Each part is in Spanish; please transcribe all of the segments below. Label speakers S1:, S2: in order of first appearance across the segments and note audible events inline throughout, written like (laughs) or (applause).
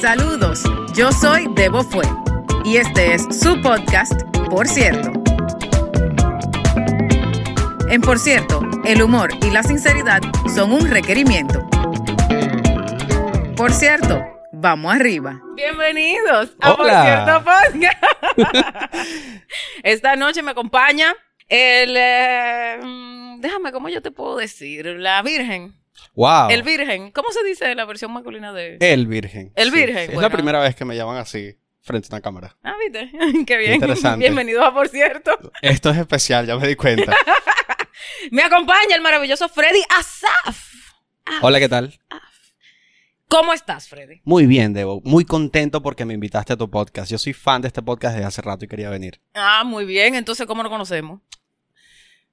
S1: Saludos, yo soy Debo Fue y este es su podcast, Por cierto. En Por cierto, el humor y la sinceridad son un requerimiento. Por cierto, vamos arriba. Bienvenidos a
S2: Hola.
S1: Por cierto Podcast. (laughs) Esta noche me acompaña el... eh, mm, déjame, ¿cómo yo te puedo decir? La Virgen.
S2: Wow. Eh,
S1: El Virgen. ¿Cómo se dice la versión masculina de...?
S2: El virgen.
S1: El virgen,
S2: Es
S1: bueno.
S2: la primera vez que me llaman así frente a una cámara.
S1: Ah, viste, (laughs) qué bien.
S2: interesante.
S1: Bienvenidos a Por cierto.
S2: Esto es especial, ya me
S1: (laughs)
S2: di cuenta.
S1: Me acompaña el maravilloso Freddy Asaf. Ah,
S2: Hola, ¿qué tal?
S1: ¿Cómo estás, Freddy?
S2: Muy bien, Debo. Muy contento porque me invitaste a tu podcast. Yo soy fan de este podcast desde hace rato y quería venir.
S1: Ah, muy bien. Entonces, ¿cómo nos conocemos?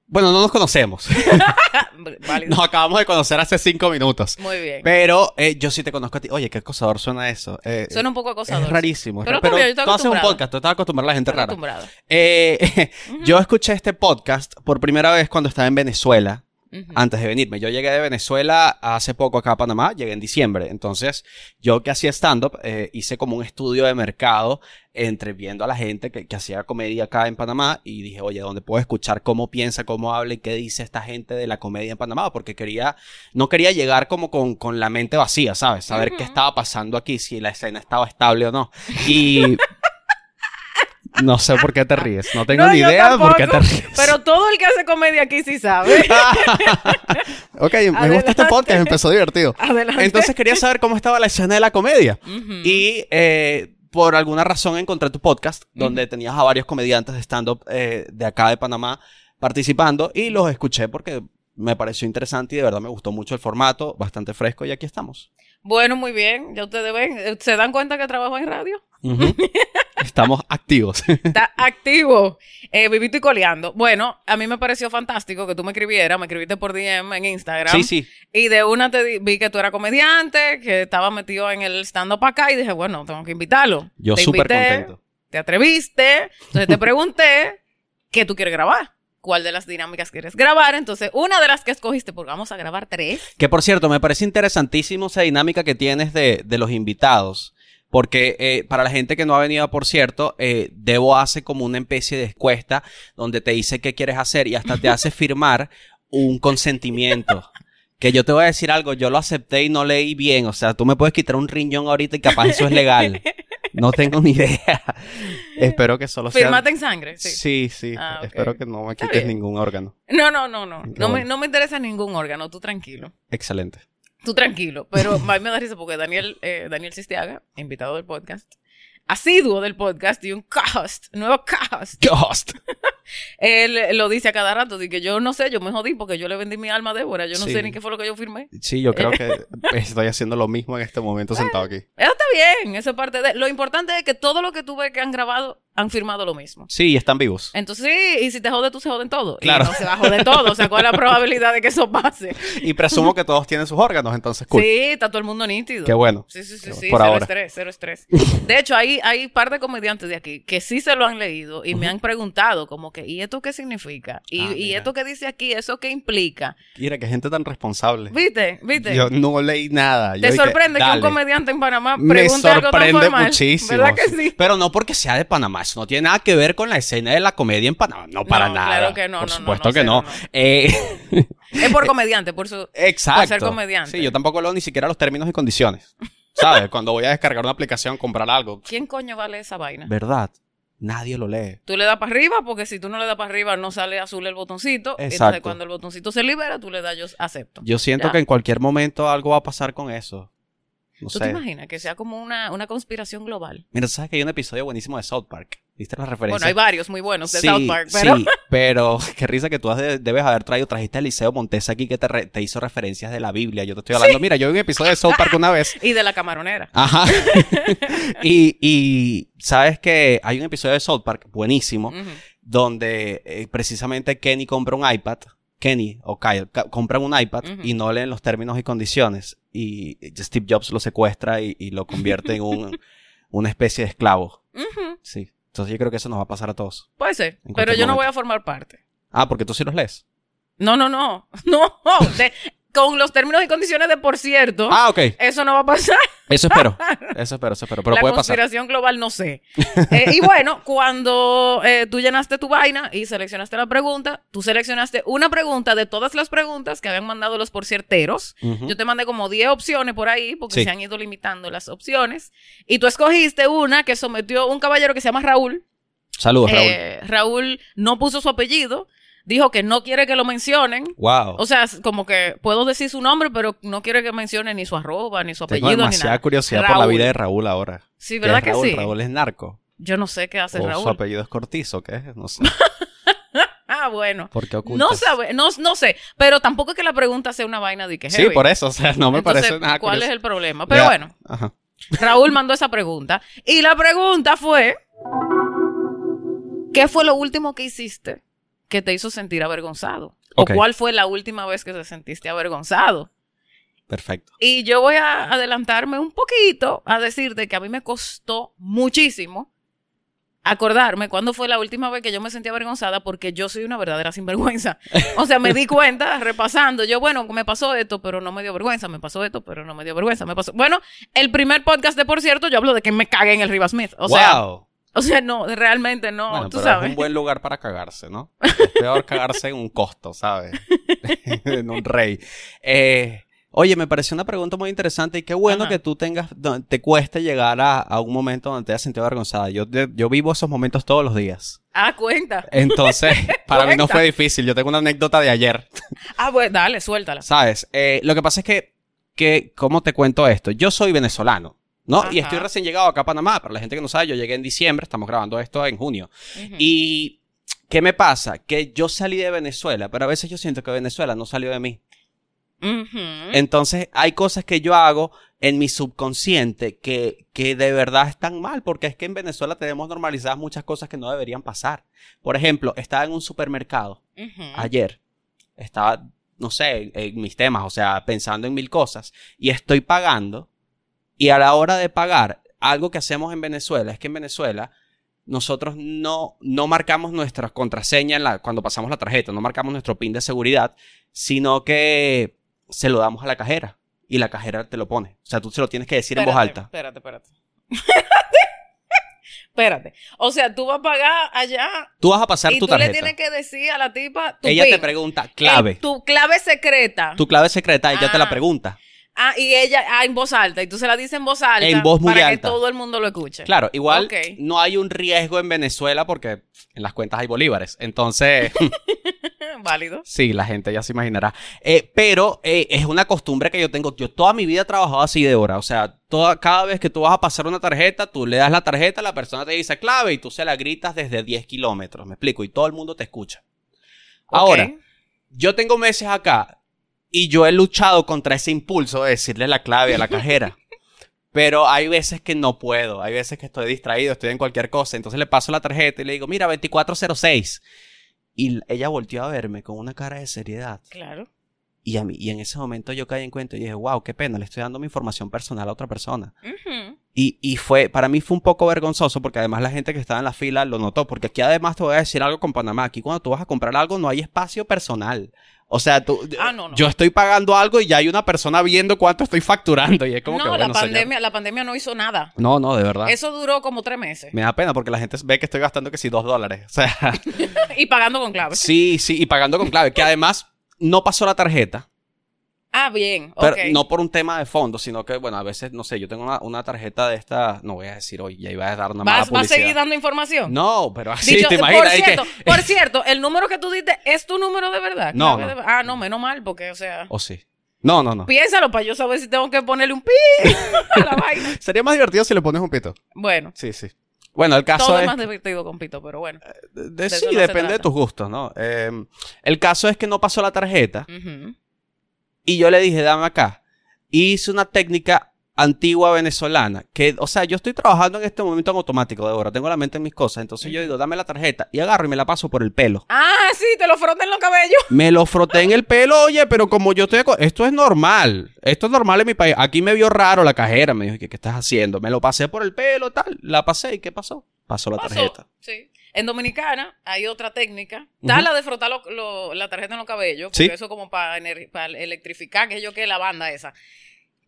S2: Bueno, no nos conocemos.
S1: Ah, válido.
S2: (laughs) Nos acabamos de conocer hace cinco minutos.
S1: Muy bien.
S2: Pero eh, yo sí te conozco a ti. Oye, qué acosador suena eso. Eh,
S1: Suena un poco acosador.
S2: Es rarísimo. es
S1: Pero
S2: raro.
S1: está
S2: Pero,
S1: bien, yo estoy
S2: tú haces un
S1: acostumbrada.
S2: podcast, tú estás acostumbrado a la gente
S1: Estoy
S2: rara.
S1: acostumbrada.
S2: Eh, (laughs)
S1: Ujú.
S2: yo escuché este podcast por primera vez cuando estaba en Venezuela.
S1: Ujú.
S2: antes de venirme. Yo llegué de Venezuela hace poco acá a Panamá, llegué en diciembre. Entonces, yo que hacía stand-up, eh, hice como un estudio de mercado entre viendo a la gente que, que hacía comedia acá en Panamá y dije, oye, ¿dónde puedo escuchar cómo piensa, cómo habla y qué dice esta gente de la comedia en Panamá? Porque quería, no quería llegar como con, con la mente vacía, ¿sabes? Saber
S1: Ujú.
S2: qué estaba pasando aquí, si la escena estaba estable o no.
S1: (laughs)
S2: Y... No sé por qué te ríes, no tengo
S1: No,
S2: ni
S1: yo
S2: idea de por qué te
S1: tampoco,
S2: ríes.
S1: Pero todo el que hace comedia aquí sí sabe.
S2: ok, me gusta
S1: Adelante.
S2: este podcast, empezó divertido.
S1: Adelante.
S2: Entonces quería saber cómo estaba la escena de la comedia.
S1: Ujú.
S2: Y eh, por alguna razón encontré tu podcast donde tenías a varios comediantes de stand-up eh, de acá de Panamá participando y los escuché porque me pareció interesante y de verdad me gustó mucho el formato, bastante fresco y aquí estamos.
S1: Bueno, muy bien. Ya ustedes ven. eh, ¿Se dan cuenta que trabajo en radio?
S2: Ujú. estamos activos.
S1: Está (laughs) activo. Eh, vivito y coleando. Bueno, a mí me pareció fantástico que tú me escribieras. Me escribiste por DM en Instagram.
S2: sí, sí.
S1: Y de una te di- vi que tú eras comediante, que estaba metido en el stand-up acá y dije, bueno, tengo que invitarlo.
S2: Yo
S1: Te
S2: súper
S1: invité,
S2: contento.
S1: Te atreviste. Entonces te pregunté, (laughs) ¿qué tú quieres grabar? ¿Cuál de las dinámicas quieres grabar? Entonces, una de las que escogiste, porque vamos a grabar tres.
S2: Que por cierto, me parece interesantísimo esa dinámica que tienes de, de los invitados. Porque eh, para la gente que no ha venido, por cierto, eh, Debo hace como una especie de encuesta donde te dice qué quieres hacer y hasta te hace (laughs) firmar un consentimiento. Que yo te voy a decir algo, yo lo acepté y no leí bien. O sea, tú me puedes quitar un riñón ahorita y capaz eso es legal. No tengo ni idea. (laughs) Espero que solo sea.
S1: Firmate en sangre. Sí.
S2: Sí, sí.
S1: Ah, ok.
S2: Espero que no me
S1: Está
S2: quites
S1: bien.
S2: ningún órgano.
S1: No, no, no, no. No me,
S2: bueno.
S1: no me interesa ningún órgano, tú tranquilo.
S2: Excelente.
S1: Tú tranquilo. Pero a mí me da risa porque Daniel, eh, Daniel Sistiaga, invitado del podcast, asiduo del podcast y un cast, nuevo cast.
S2: Ghost.
S1: Él lo dice a cada rato, de que yo no sé, yo me jodí porque yo le vendí mi alma a Débora, yo no
S2: Sí.
S1: sé ni qué fue lo que yo firmé.
S2: Sí, yo
S1: Eh.
S2: creo que
S1: (laughs)
S2: estoy haciendo lo mismo en este momento sentado aquí.
S1: Eso está bien, eso es parte de... Lo importante es que todo lo que tú ves que han grabado, han firmado lo mismo.
S2: Sí, y están vivos.
S1: Entonces, sí, y si te jode, tú se joden todo.
S2: Claro.
S1: Y no se va a joder todo, o sea, ¿cuál es la probabilidad de que eso pase?
S2: (laughs) Y presumo que todos tienen sus órganos, entonces cool.
S1: Sí, está todo el mundo nítido.
S2: Qué bueno.
S1: Sí, sí, sí, sí,
S2: Qué bueno.
S1: cero
S2: Por ahora.
S1: estrés, cero estrés. De hecho, hay, hay par de comediantes de aquí que sí se lo han leído y me han preguntado como que, ¿y esto qué significa? ¿Y,
S2: Ah,
S1: y
S2: mira.
S1: esto que dice aquí, eso qué implica?
S2: Mira, qué gente tan responsable.
S1: ¿Viste? ¿Viste?
S2: Yo no leí nada. Yo
S1: ¿Te
S2: dije,
S1: sorprende que un
S2: dale.
S1: comediante en Panamá
S2: Me
S1: pregunte algo tan
S2: sorprende
S1: formal?
S2: muchísimo.
S1: ¿Verdad que sí?
S2: Pero no porque sea de Panamá. Eso no tiene nada que ver con la escena de la comedia en Panamá. No, para
S1: No,
S2: nada.
S1: claro que no,
S2: Por
S1: no, no,
S2: supuesto
S1: no,
S2: que
S1: cero,
S2: no.
S1: no. (laughs)
S2: Eh,
S1: Es por comediante, por su...
S2: exacto.
S1: Por ser comediante.
S2: Sí, yo tampoco leo ni siquiera los términos y condiciones. ¿Sabes? Cuando voy a descargar una aplicación, comprar algo.
S1: ¿Quién coño vale esa vaina?
S2: ¿Verdad? Nadie lo lee.
S1: Tú le das para arriba porque si tú no le das para arriba no sale azul el botoncito. Entonces
S2: Exacto.
S1: cuando el botoncito se libera, tú le das yo acepto.
S2: Yo siento
S1: Ya.
S2: que en cualquier momento algo va a pasar con eso. No
S1: ¿Tú
S2: sé.
S1: te imaginas que sea como una, una conspiración global?
S2: Mira, tú sabes que hay un episodio buenísimo de South Park. ¿Viste la referencia?
S1: Bueno, hay varios muy buenos de
S2: sí,
S1: South Park, pero...
S2: sí, pero (laughs) qué risa que tú has de- debes haber traído. Trajiste a Eliseo Montes aquí que te, re- te hizo referencias de la Biblia. Yo te estoy hablando, mira, yo vi un episodio de South Park una vez.
S1: Y de la camaronera. (laughs)
S2: Ajá. (laughs) y, y sabes que hay un episodio de South Park buenísimo
S1: Ujú.
S2: donde eh, precisamente Kenny compra un iPad. Kenny o Kyle ca- compran un iPad
S1: Ujú.
S2: y no leen los términos y condiciones. Y Steve Jobs lo secuestra y, y lo convierte
S1: (laughs)
S2: en un- una especie de esclavo.
S1: Ujú.
S2: Sí. Entonces yo creo que eso nos va a pasar a todos. Ah,
S1: Puede ser,
S2: En
S1: pero
S2: cualquier
S1: yo no
S2: momento.
S1: voy a formar parte.
S2: Ah, porque tú sí los lees.
S1: (laughs) No, no, no. No. de- con los términos y condiciones de por cierto.
S2: Ah, ok.
S1: Eso no va a pasar.
S2: Eso
S1: (laughs)
S2: espero. Eso espero, eso espero. Pero
S1: la
S2: puede pasar.
S1: conspiración global, no
S2: (laughs)
S1: sé. Eh, y bueno, cuando eh, tú llenaste tu vaina y seleccionaste la pregunta, tú seleccionaste una pregunta de todas las preguntas que habían mandado los porcierteros.
S2: Ujú.
S1: Yo te mandé como 10 opciones por ahí, porque
S2: Sí.
S1: se han ido limitando las opciones. Y tú escogiste una que sometió un caballero que se llama Raúl.
S2: Saludos, Oh, Raúl.
S1: Eh, Raúl no puso su apellido, dijo que no quiere que lo mencionen.
S2: wow.
S1: O sea, como que puedo decir su nombre, pero no quiero que mencione ni su arroba, ni su
S2: Tengo
S1: apellido, ni
S2: demasiada
S1: nada.
S2: curiosidad por la
S1: Raúl.
S2: vida de Raúl ahora.
S1: Sí,
S2: ¿Qué
S1: ¿verdad
S2: es
S1: que
S2: Raúl?
S1: sí?
S2: Raúl Oh, es narco.
S1: Yo no sé qué hace
S2: o su
S1: Raúl.
S2: apellido es Cortizo, ¿qué es?
S1: (laughs)
S2: No sé.
S1: Ah, bueno.
S2: ¿Por qué ocultas?
S1: No sabe, no, no sé, pero tampoco es que la pregunta sea una vaina de que
S2: Sí, por eso. O sea, no me
S1: Entonces,
S2: parece nada
S1: ¿Cuál es
S2: curioso.
S1: el problema? Pero
S2: Ya.
S1: bueno,
S2: Ajá.
S1: Raúl mandó esa pregunta y la pregunta fue ¿Qué fue lo último que hiciste que te hizo sentir avergonzado?
S2: Ok.
S1: ¿O cuál fue la última vez que te sentiste avergonzado?
S2: Perfecto.
S1: Y yo voy a adelantarme un poquito a decirte que a mí me costó muchísimo acordarme cuándo fue la última vez que yo me sentí avergonzada porque yo soy una verdadera sinvergüenza. O sea,
S2: (laughs)
S1: me di cuenta repasando, yo, bueno, me pasó esto, pero no me dio vergüenza, me pasó esto, pero no me dio vergüenza, me pasó... Bueno, el primer podcast de, por cierto, yo hablo de que me cagué en el Riva Smith. O sea,
S2: wow.
S1: o sea, no, realmente no,
S2: bueno,
S1: tú
S2: pero es
S1: sabes.
S2: un buen lugar para cagarse, ¿no? Es peor cagarse en un costo,
S1: (laughs)
S2: ¿sabes? en un rey. Eh, oye, me pareció una pregunta muy interesante y qué bueno
S1: Ajá.
S2: que tú tengas, no, te cueste llegar a, a un momento donde te has sentido avergonzada. Yo, de- yo vivo esos momentos todos los días.
S1: Ah, cuenta.
S2: Entonces, (laughs) para mí no
S1: Cuenta.
S2: fue difícil. Yo tengo una anécdota de ayer.
S1: Ah, bueno, dale, suéltala.
S2: ¿Sabes? Eh, lo que pasa es que, que, ¿cómo te cuento esto? Yo soy venezolano, ¿no? Y
S1: Ajá.
S2: estoy recién llegado acá a Panamá. Para la gente que no sabe, yo llegué en diciembre, estamos grabando esto en junio.
S1: Ujú.
S2: Y, ¿qué me pasa? Que yo salí de Venezuela, pero a veces yo siento que Venezuela no salió de mí.
S1: Ujú.
S2: Entonces, hay cosas que yo hago en mi subconsciente que, que de verdad están mal, porque es que en Venezuela tenemos normalizadas muchas cosas que no deberían pasar. Por ejemplo, estaba en un supermercado
S1: Ujú.
S2: ayer estaba, no sé, en mis temas, o sea, pensando en mil cosas, y estoy pagando, y a la hora de pagar, algo que hacemos en Venezuela es que en Venezuela nosotros no, no marcamos nuestra contraseña en la- cuando pasamos la tarjeta, no marcamos nuestro pin de seguridad, sino que se lo damos a la cajera. Y la cajera te lo pone. O sea, tú se lo tienes que decir en voz
S1: Espérate, Espérate,
S2: alta.
S1: espérate. (laughs) espérate. O sea, tú vas a pagar allá
S2: Tú vas a pasar
S1: y
S2: tu
S1: tú le
S2: tarjeta.
S1: tienes que decir a la tipa tu
S2: Ella te
S1: PIN.
S2: pregunta clave.
S1: Eh, tu clave secreta.
S2: Tu clave secreta, ella te la
S1: Ah.
S2: pregunta.
S1: Ah, y ella, ah, en voz alta. Y tú se la dices en voz alta.
S2: En voz muy
S1: Para
S2: alta.
S1: que todo el mundo lo escuche.
S2: Claro, igual
S1: Ok.
S2: no hay un riesgo en Venezuela porque pf, en las cuentas hay bolívares. Entonces,
S1: (laughs)
S2: (laughs)
S1: Válido.
S2: sí, la gente ya se imaginará. Eh, pero eh, es una costumbre que yo tengo. Yo toda mi vida he trabajado así de hora. O sea, toda, cada vez que tú vas a pasar una tarjeta, tú le das la tarjeta, la persona te dice clave y tú se la gritas desde 10 kilómetros. Me explico. Y todo el mundo te escucha. Ahora,
S1: Ok.
S2: yo tengo meses acá y yo he luchado contra ese impulso de decirle la clave a la cajera. Pero hay veces que no puedo, hay veces que estoy distraído, estoy en cualquier cosa. Entonces le paso la tarjeta y le digo, mira, 2406. Y l- ella volteó a verme con una cara de seriedad.
S1: Claro.
S2: Y, a mí, y en ese momento yo caí en cuenta y dije, wow, qué pena, le estoy dando mi información personal a otra persona.
S1: Ujú.
S2: Y, y fue, para mí fue un poco vergonzoso porque además la gente que estaba en la fila lo notó. Porque aquí además te voy a decir algo con Panamá. Aquí cuando tú vas a comprar algo no hay espacio personal. O sea, tú,
S1: Ah, no, no.
S2: yo estoy pagando algo y ya hay una persona viendo cuánto estoy facturando. Y es como
S1: no,
S2: que bueno,
S1: la,
S2: señor. Ah.
S1: pandemia, la pandemia no hizo nada.
S2: No, no, de verdad.
S1: Eso duró como tres meses.
S2: Me da pena porque la gente ve que estoy gastando que sí dos dólares. O sea,
S1: (laughs)
S2: (laughs)
S1: y pagando con clave.
S2: sí, sí, y pagando con clave. Que además no pasó la tarjeta.
S1: Ah, bien.
S2: Pero
S1: ok.
S2: no por un tema de fondo, sino que, bueno, a veces, no sé, yo tengo una, una tarjeta de esta, no voy a decir hoy, ya iba a dar una mala
S1: ¿Vas,
S2: publicidad.
S1: vas a seguir dando (laughs) información?
S2: No, pero así
S1: Dicho- eh,
S2: te imaginas.
S1: por
S2: ahí que- (laughs)
S1: cierto, por cierto, el número que tú diste es tu número de verdad.
S2: No,
S1: Clave
S2: no.
S1: de- Ah, no, menos mal, porque, o sea,
S2: O Oh, sí. No, no, no.
S1: piénsalo para yo saber si tengo que ponerle un pi (laughs) a la vaina.
S2: Sería más divertido si le pones un pito.
S1: Bueno,
S2: Sí, sí. Bueno, el caso este.
S1: todo es
S2: es.
S1: más divertido con Pito, pero bueno.
S2: de-
S1: de
S2: sí,
S1: eso no se
S2: depende de
S1: trata.
S2: tus gustos, ¿no? Eh, el caso es que no pasó la tarjeta
S1: Ujú.
S2: y yo le dije, dame acá. Y hice una técnica antigua venezolana que, o sea, yo estoy trabajando en este momento en automático, de ahora tengo la mente en mis cosas, entonces yo digo, dame la tarjeta y agarro y me la paso por el pelo.
S1: Ah, sí, te lo froten los cabellos.
S2: Me lo froté en el pelo, oye, pero como yo estoy... aco- Esto es normal. Esto es normal en mi país. Aquí me vio raro la cajera. Me dijo, ¿qué, qué estás haciendo? Me lo pasé por el pelo, tal. La pasé y ¿qué pasó? Pasó la
S1: Pasó.
S2: tarjeta.
S1: Sí. En Dominicana hay otra técnica. Está
S2: Ujú.
S1: la de frotar lo- lo- la tarjeta en los cabellos.
S2: Sí.
S1: Porque eso como para, ener- para electrificar, que yo que la banda esa.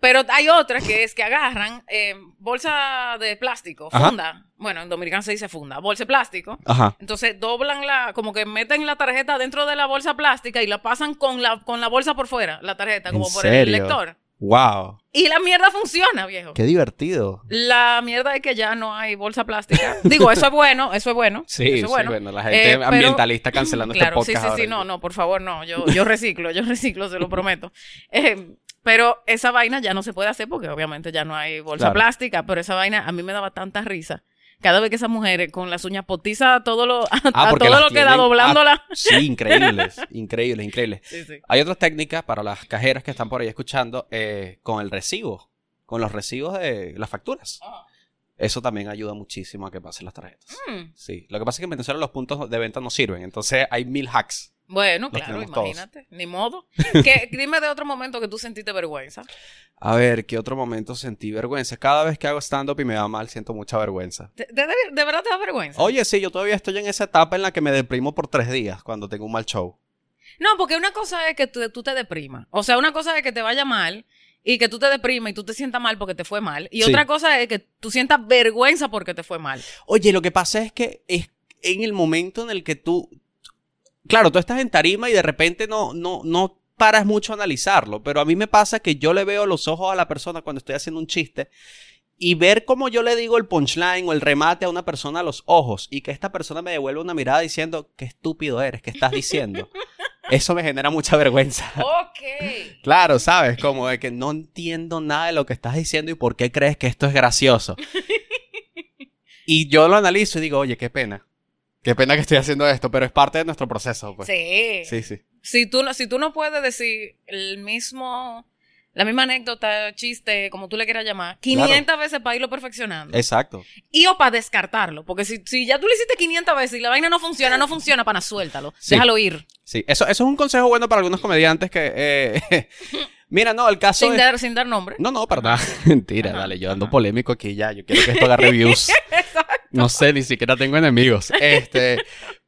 S1: Pero hay otra que es que agarran eh, bolsa de plástico,
S2: Ajá.
S1: funda. Bueno, en Dominicana se dice funda, bolsa de plástico.
S2: Ajá.
S1: Entonces doblan la, como que meten la tarjeta dentro de la bolsa plástica y la pasan con la, con la bolsa por fuera, la tarjeta,
S2: ¿En
S1: como por el
S2: serio?
S1: lector.
S2: Wow.
S1: Y la mierda funciona, viejo.
S2: Qué divertido.
S1: La mierda es que ya no hay bolsa
S2: (laughs)
S1: plástica. Digo, eso es bueno, eso es bueno.
S2: Sí,
S1: eso
S2: sí,
S1: es
S2: bueno.
S1: bueno.
S2: la gente
S1: Eh, pero-
S2: ambientalista
S1: (clears throat)
S2: cancelando este
S1: Claro, sí,
S2: podcast.
S1: sí, sí,
S2: ahora.
S1: no, no, por favor, no. Yo, yo reciclo, yo (laughs) reciclo, se lo prometo. Eh, pero esa vaina ya no se puede hacer porque obviamente ya no hay bolsa
S2: Claro.
S1: plástica, pero esa vaina a mí me daba tanta risa. Cada vez que esas mujeres con las uñas potizas a todo lo, (laughs) a,
S2: Ah,
S1: a
S2: porque
S1: todo
S2: las
S1: lo que da
S2: tienen-
S1: doblándola.
S2: ah, Sí, increíbles, increíbles, increíbles.
S1: Sí, sí.
S2: Hay otras técnicas para las cajeras que están por ahí escuchando eh, con el recibo, con los recibos de las facturas.
S1: Ajá.
S2: Eso también ayuda muchísimo a que pasen las tarjetas.
S1: Mm.
S2: Sí, lo que pasa es que en Venezuela los puntos de venta no sirven, entonces hay mil hacks.
S1: Bueno,
S2: Los
S1: claro,
S2: tenemos todos.
S1: imagínate. Ni modo. (laughs) Que, dime de otro momento que tú sentiste vergüenza.
S2: A ver, ¿qué otro momento sentí vergüenza? Cada vez que hago stand-up y me va mal, siento mucha vergüenza.
S1: ¿De, de- de verdad te da vergüenza?
S2: Oye, sí, yo todavía estoy en esa etapa en la que me deprimo por tres días cuando tengo un mal show.
S1: No, porque una cosa es que tú, tú te deprimas. O sea, una cosa es que te vaya mal y que tú te deprimas y tú te sientas mal porque te fue mal. Y
S2: Sí.
S1: otra cosa es que tú sientas vergüenza porque te fue mal.
S2: Oye, lo que pasa es que es en el momento en el que tú. Claro, tú estás en tarima y de repente no, no, no paras mucho a analizarlo, pero a mí me pasa que yo le veo los ojos a la persona cuando estoy haciendo un chiste y ver cómo yo le digo el punchline o el remate a una persona a los ojos y que esta persona me devuelve una mirada diciendo, qué estúpido eres, qué estás diciendo. Eso me genera mucha vergüenza.
S1: Ok.
S2: Claro, sabes, como de que no entiendo nada de lo que estás diciendo y por qué crees que esto
S1: (laughs)
S2: es gracioso. Y yo lo analizo y digo, oye, qué pena. Qué pena que estoy haciendo esto, pero es parte de nuestro proceso, (laughs) pues.
S1: Sí.
S2: Sí, sí.
S1: Si, tú, no- si tú no puedes decir el mismo, la misma anécdota, chiste, como tú le quieras llamar, 500 veces para irlo perfeccionando.
S2: Exacto.
S1: Y o para descartarlo. Porque si, si ya tú lo hiciste 500 veces y la vaina no funciona, no funciona, pana, suéltalo.
S2: Sí.
S1: Déjalo ir.
S2: Sí, eso, eso es un consejo bueno para algunos comediantes que... eh, (laughs) Mira, no, el caso
S1: Sin
S2: es...
S1: dar, sin dar nombre.
S2: No, no, para nada. (laughs) Mentira,
S1: Ajá,
S2: dale, yo ando
S1: ajá.
S2: polémico aquí ya. Yo quiero que
S1: (laughs)
S2: esto agarre views. No sé, ni siquiera tengo enemigos. Este,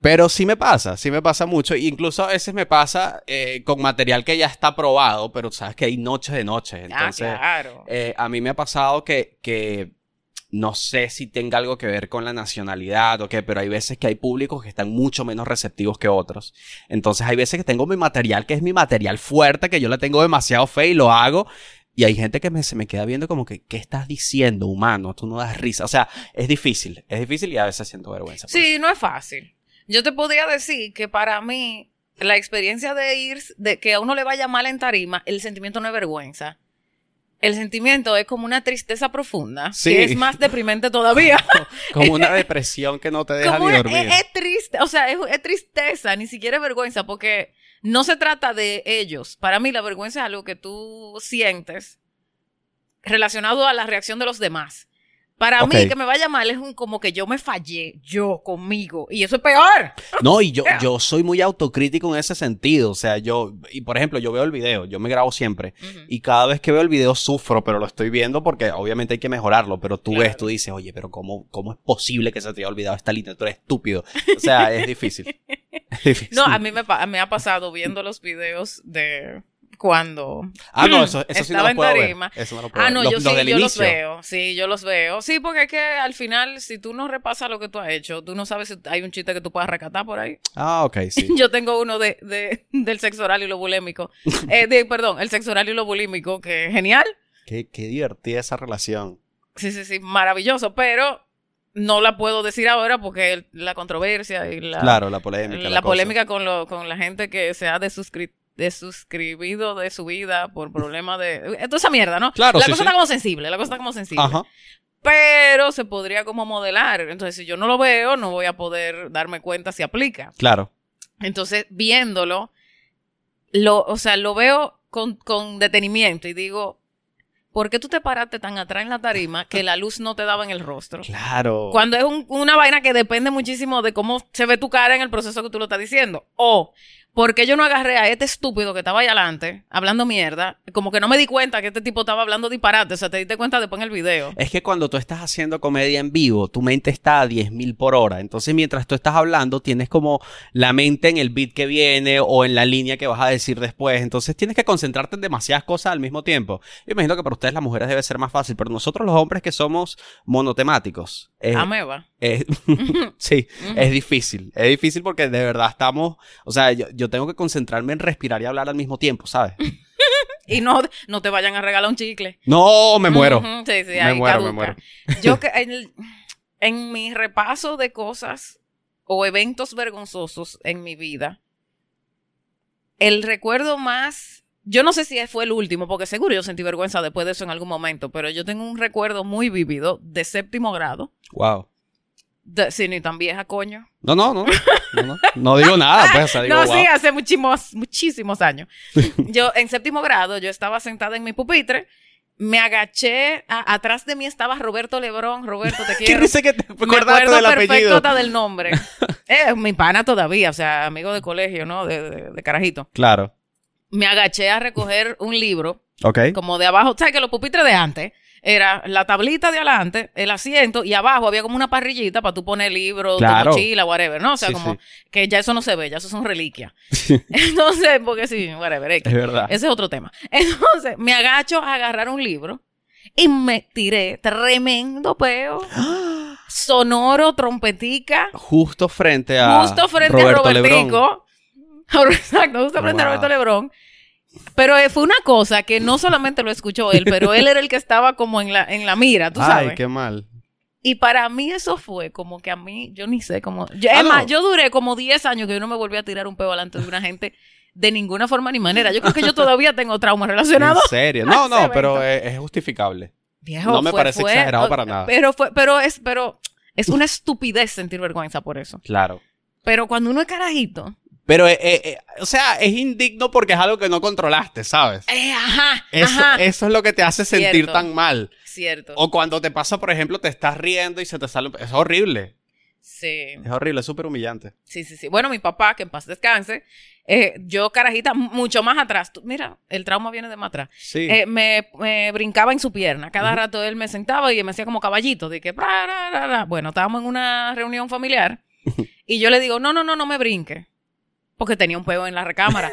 S2: pero sí me pasa, sí me pasa mucho. e Incluso a veces me pasa eh, con material que ya está probado, pero sabes que hay noches de noches. Entonces,
S1: ah, claro.
S2: eh, a mí me ha pasado que, que no sé si tenga algo que ver con la nacionalidad o qué, pero hay veces que hay públicos que están mucho menos receptivos que otros. Entonces hay veces que tengo mi material que es mi material fuerte, que yo la tengo demasiado fe y lo hago. Y hay gente que me- se me queda viendo como que, ¿qué estás diciendo, humano? Tú no das risa. O sea, es difícil, es difícil y a veces siento vergüenza. pues. por eso.
S1: Sí, no es fácil. Yo te podría decir que para mí la experiencia de ir, de que a uno le vaya mal en tarima, el sentimiento no es vergüenza. El sentimiento es como una tristeza profunda,
S2: Sí.
S1: que es más deprimente
S2: (laughs)
S1: todavía.
S2: Como una depresión que no te deja
S1: Como
S2: ni
S1: una-
S2: dormir.
S1: es, es triste, o sea, es, es tristeza, ni siquiera es vergüenza, porque no se trata de ellos. Para mí la vergüenza es algo que tú sientes relacionado a la reacción de los demás. Para
S2: Ok.
S1: mí que me vaya mal es un como que yo me fallé, yo conmigo, y eso es peor.
S2: No, y yo, yo soy muy autocrítico en ese sentido. O sea, yo, y por ejemplo, yo veo el video, yo me grabo siempre. Y cada vez que veo el video sufro, pero lo estoy viendo porque obviamente hay que mejorarlo. Pero tú ves,
S1: Claro.
S2: tú dices, oye, pero ¿cómo, cómo es posible que se te haya olvidado esta línea? Tú eres estúpido. O sea,
S1: (laughs)
S2: es difícil. Es difícil.
S1: No, a mí me, pa- me ha pasado viendo los videos de cuando...
S2: ah, no, eso, eso sí no
S1: Estaba
S2: lo
S1: en
S2: puedo ver.
S1: tarima.
S2: Eso no lo puedo
S1: Ah,
S2: ver.
S1: no,
S2: Los-
S1: yo
S2: los
S1: sí,
S2: del
S1: yo los
S2: inicio.
S1: veo. Sí, yo los veo. Sí, porque es que al final, si tú no repasas lo que tú has hecho, tú no sabes si hay un chiste que tú puedas recatar por ahí.
S2: Ah, ok, sí.
S1: (laughs) Yo tengo uno de, de- del sexo oral y lo
S2: (laughs)
S1: bulémico. Eh, de- perdón, el sexo oral y lo bulímico, que es genial.
S2: qué, qué divertida esa relación.
S1: Sí, sí, sí, maravilloso, pero no la puedo decir ahora porque el- la controversia y la,
S2: Claro, la polémica.
S1: Ah. la,
S2: cosa.
S1: polémica con, lo, con la gente que se ha desuscri- desuscribido de su vida por problemas de... eh, Toda esa mierda, ¿no?
S2: Claro,
S1: la
S2: sí,
S1: cosa
S2: sí.
S1: está como sensible, la cosa está como sensible.
S2: Ajá.
S1: Pero se podría como modelar. Entonces, si yo no lo veo, no voy a poder darme cuenta si aplica.
S2: Claro.
S1: Entonces, viéndolo, lo, o sea, lo veo con, con detenimiento y digo, ¿por qué tú te paraste tan atrás en la tarima que la luz no te daba en el rostro?
S2: Claro.
S1: Cuando es un- una vaina que depende muchísimo de cómo se ve tu cara en el proceso que tú lo estás diciendo. O, ¿por qué yo no agarré a este estúpido que estaba ahí adelante hablando mierda? Como que no me di cuenta que este tipo estaba hablando disparate, o sea, te diste cuenta después en el video.
S2: Es que cuando tú estás haciendo comedia en vivo, tu mente está a 10.000 por hora. Entonces, mientras tú estás hablando, tienes como la mente en el beat que viene o en la línea que vas a decir después. Entonces, tienes que concentrarte en demasiadas cosas al mismo tiempo. Yo imagino que para ustedes las mujeres debe ser más fácil, pero nosotros los hombres que somos monotemáticos. eh,
S1: Ameba.
S2: eh,
S1: (laughs)
S2: (laughs) sí, es difícil. Es difícil porque de verdad estamos. O sea, yo, yo tengo que concentrarme en respirar y hablar al mismo
S1: (laughs)
S2: tiempo, ¿sabes?
S1: Y no, no te vayan a regalar un chicle.
S2: No, me muero.
S1: Ujú, sí, sí,
S2: Me
S1: ahí
S2: muero, me
S1: caduca.
S2: muero.
S1: Yo que en, el- en mi repaso de cosas o eventos vergonzosos en mi vida, el recuerdo más, yo no sé si fue el último, porque seguro yo sentí vergüenza después de eso en algún momento, pero yo tengo un recuerdo muy vivido de séptimo grado,
S2: Wow.
S1: de, sí, ni tan vieja, coño.
S2: No, no, no. No, no. No digo nada, pues. o sea, digo,
S1: no,
S2: wow.
S1: sí, hace muchísimos, muchísimos
S2: (laughs)
S1: años. Yo en séptimo grado, yo estaba sentada en mi pupitre, me agaché, a- atrás de mí estaba Roberto Lebrón, Roberto, te
S2: (laughs) ¿Quién
S1: quiero.
S2: dice que te
S1: Me
S2: acordaste
S1: acuerdo
S2: del
S1: perfecto
S2: apellido?
S1: hasta del
S2: (laughs)
S1: nombre. Es mi pana todavía, o sea, amigo de colegio, ¿no? De, de- de carajito.
S2: Claro.
S1: Me agaché a recoger un libro,
S2: Ok.
S1: como de abajo. ¿Sabes que los pupitres de antes era la tablita de adelante, el asiento, y abajo había como una parrillita para tú poner libro,
S2: Claro.
S1: tu mochila, whatever, ¿no? O sea,
S2: Sí,
S1: como
S2: sí.
S1: que ya eso no se ve, ya eso son
S2: (laughs)
S1: reliquias. Entonces, porque sí, whatever. X.
S2: Es verdad.
S1: Ese es otro tema. Entonces, me agacho a agarrar un libro y me tiré tremendo peo sonoro, trompetica,
S2: Justo frente a.
S1: justo frente
S2: Roberto
S1: a
S2: Lebrón.
S1: Robertico. (laughs) Exacto, justo frente a
S2: Wow.
S1: Roberto Lebrón. Pero eh, fue una cosa que no solamente lo escuchó él, pero él era el que estaba como en la, en la mira, tú sabes.
S2: Ay, qué mal.
S1: Y para mí eso fue como que a mí, yo ni sé cómo. Yo,
S2: Ah,
S1: es más,
S2: no.
S1: yo duré como 10 años que yo no me volví a tirar un peo delante de una gente de ninguna forma ni manera. Yo creo que yo todavía tengo traumas
S2: (laughs)
S1: relacionados. (laughs)
S2: En serio. No,
S1: Ese
S2: no, pero
S1: evento.
S2: es, es justificable.
S1: Viejo,
S2: No me
S1: fue-
S2: parece
S1: fue-
S2: exagerado
S1: o-
S2: para nada.
S1: Pero fue, pero es, pero es una estupidez sentir vergüenza por eso.
S2: Claro.
S1: Pero cuando uno es carajito,
S2: Pero, eh, eh, eh, o sea, es indigno porque es algo que no controlaste, ¿sabes?
S1: eh, ajá,
S2: Eso,
S1: ajá.
S2: eso es lo que te hace sentir
S1: Cierto.
S2: tan mal.
S1: Cierto.
S2: O cuando te pasa, por ejemplo, te estás riendo y se te sale un... Es horrible.
S1: Sí,
S2: Es horrible, es súper humillante.
S1: sí, sí, sí. Bueno, mi papá, que en paz descanse, eh, yo carajita, m- mucho más atrás. Tú- mira, el trauma viene de más atrás.
S2: Sí.
S1: Eh, me, me brincaba en su pierna. Cada
S2: Ujú.
S1: rato él me sentaba y me hacía como caballito, de que... "Pra, ra, ra, ra". Bueno, estábamos en una reunión familiar y yo le digo, no, no, no, no me brinque. Porque tenía un peo en la
S2: (laughs)
S1: recámara.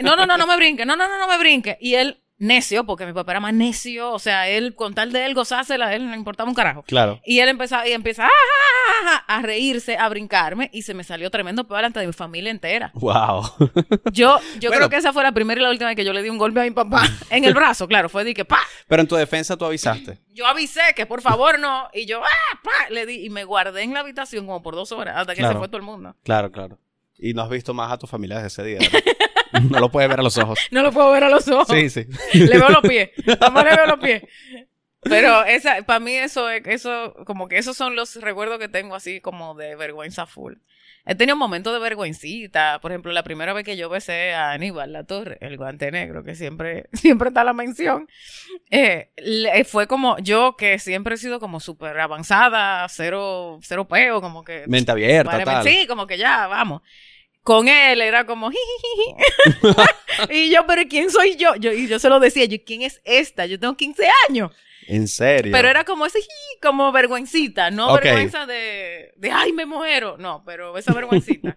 S1: No, no, no, no me brinque. No, no, no, no me brinque. Y él, necio, porque mi papá era más necio. O sea, él, con tal de él gozársela, a él no le importaba un carajo.
S2: claro.
S1: Y él empezaba, y empieza "Ah, ah, ah, ah", a reírse, a brincarme, y se me salió tremendo peor delante de mi familia entera. (laughs)
S2: Wow.
S1: Yo, yo
S2: Bueno.
S1: creo que esa fue la primera y la última vez que yo le di un golpe a mi papá
S2: (laughs)
S1: en el brazo, claro, fue de que pa.
S2: Pero en tu defensa tú avisaste.
S1: Yo avisé que por favor no, y yo ah, pa, le di, y me guardé en la habitación como por dos horas hasta que
S2: Claro.
S1: se fue todo el mundo.
S2: Claro, claro. Y no has visto más a tu familia desde ese día.
S1: (laughs)
S2: ¿verdad? no lo puedes ver a los ojos.
S1: No lo puedo ver a los ojos.
S2: Sí, sí.
S1: Le veo los pies. Nada más le veo los pies. Pero esa, para mí eso es, eso, como que esos son los recuerdos que tengo así como de vergüenza full. He tenido momentos de vergüencita. Por ejemplo, la primera vez que yo besé a Aníbal La Torre, el guante negro, que siempre, (laughs) siempre está la mención. eh, le- fue como yo que siempre he sido como súper avanzada, cero, cero peo, como que
S2: (laughs) Mente abierta,
S1: Vale,
S2: tal.
S1: Sí, como que ya, vamos. Con él era como, "Jijiji". (laughs) y yo, pero ¿quién soy yo? yo? Y yo se lo decía, yo, ¿quién es esta? Yo tengo 15 años.
S2: En serio.
S1: Pero era como ese, "Ji", como vergüencita, no
S2: Ok.
S1: vergüenza de, de, ay, me muero. No, pero esa
S2: (laughs)
S1: vergüencita.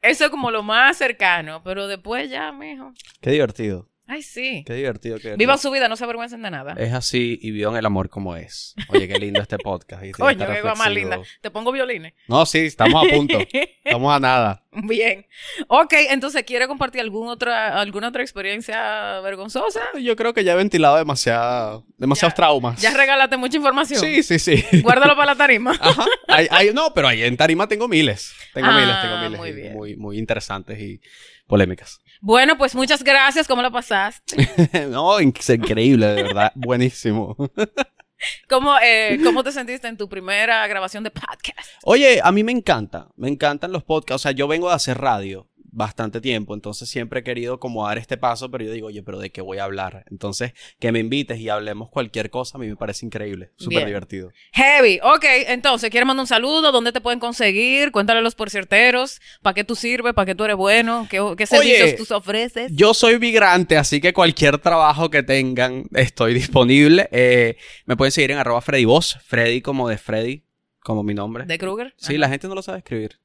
S1: Eso es como lo más cercano, pero después ya, mijo.
S2: Qué divertido.
S1: Ay, sí.
S2: Qué divertido. Qué Eh, divertido.
S1: Vivan su vida, no se avergüencen de nada.
S2: Es así y vivan el amor como es. Oye, qué lindo este podcast. ¿viste?
S1: Coño,
S2: Está
S1: qué guapa más
S2: reflexivo.
S1: linda. Te pongo violines. (laughs)
S2: No, sí, estamos a punto. Estamos a nada.
S1: Bien. Ok, entonces, ¿quiere compartir algún otra, alguna otra experiencia vergonzosa?
S2: Yo creo que ya he ventilado demasiada, demasiados
S1: Ya-
S2: traumas.
S1: Ya regalaste mucha información.
S2: Sí, sí, sí.
S1: Guárdalo para la tarima.
S2: Ajá. Hay- hay- no, pero ahí en Tarima tengo miles. Tengo
S1: Ah,
S2: miles, tengo miles.
S1: muy
S2: y
S1: bien.
S2: muy, muy interesantes y polémicas.
S1: Bueno, pues muchas gracias. ¿Cómo lo pasaste?
S2: (laughs) No, in- es increíble,
S1: (laughs)
S2: de verdad. Buenísimo.
S1: ¿Cómo, eh, ¿Cómo te sentiste en tu primera grabación de podcast?
S2: Oye, a mí me encanta. Me encantan los podcasts. O sea, yo vengo de hacer radio. bastante tiempo, entonces siempre he querido como dar este paso, pero yo digo, oye, pero ¿de qué voy a hablar? Entonces, que me invites y hablemos cualquier cosa, a mí me parece increíble, súper
S1: Bien.
S2: divertido.
S1: Heavy. Ok, entonces, ¿quieres mandar un saludo? ¿Dónde te pueden conseguir? Cuéntale a los porcierteros. ¿Para qué tú sirves? ¿Para qué tú eres bueno? ¿Qué, qué servicios tú ofreces?
S2: Yo soy migrante, así que cualquier trabajo que tengan, estoy disponible. Eh, me pueden seguir en arroba Freddy Voz, Freddy como de Freddy, como mi nombre.
S1: ¿De Kruger?
S2: Sí, la gente no lo sabe escribir.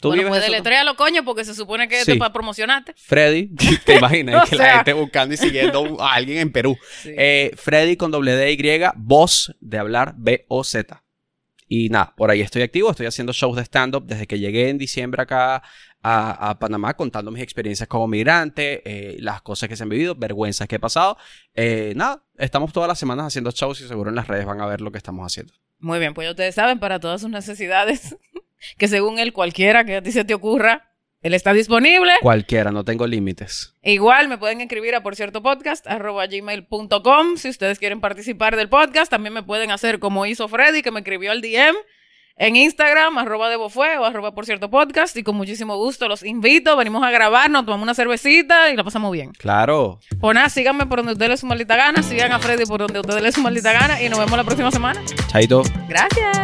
S2: ¿Tú
S1: Bueno,
S2: vives
S1: pues
S2: eso?
S1: deletréalo, coño, porque se supone que esto
S2: Sí.
S1: es para promocionarte.
S2: Freddy, (laughs) te
S1: (laughs)
S2: imaginas
S1: O
S2: que
S1: sea.
S2: la gente buscando y siguiendo a alguien en Perú.
S1: Sí.
S2: Eh, Freddy con doble D Y, voz de hablar, B-O-Z. Y nada, por ahí estoy activo, estoy haciendo shows de stand-up desde que llegué en diciembre acá a, a Panamá, contando mis experiencias como migrante, eh, las cosas que se han vivido, vergüenzas que he pasado. Eh, nada, estamos todas las semanas haciendo shows y seguro en las redes van a ver lo que estamos haciendo.
S1: Muy bien, pues ya ustedes saben, para todas sus necesidades, (laughs) que según él, cualquiera que a ti se te ocurra, él está disponible.
S2: Cualquiera, no tengo límites.
S1: Igual me pueden escribir a por cierto podcast arroba gmail.com si ustedes quieren participar del podcast. También me pueden hacer como hizo Freddy, que me escribió al DM en Instagram, arroba de Bofue o arroba por cierto podcast. Y con muchísimo gusto los invito. Venimos a grabar, nos tomamos una cervecita y la pasamos bien.
S2: Claro.
S1: Pues nada, síganme por donde ustedes les su maldita gana, sigan a Freddy por donde ustedes les su maldita gana y nos vemos la próxima semana.
S2: Chaito.
S1: Gracias.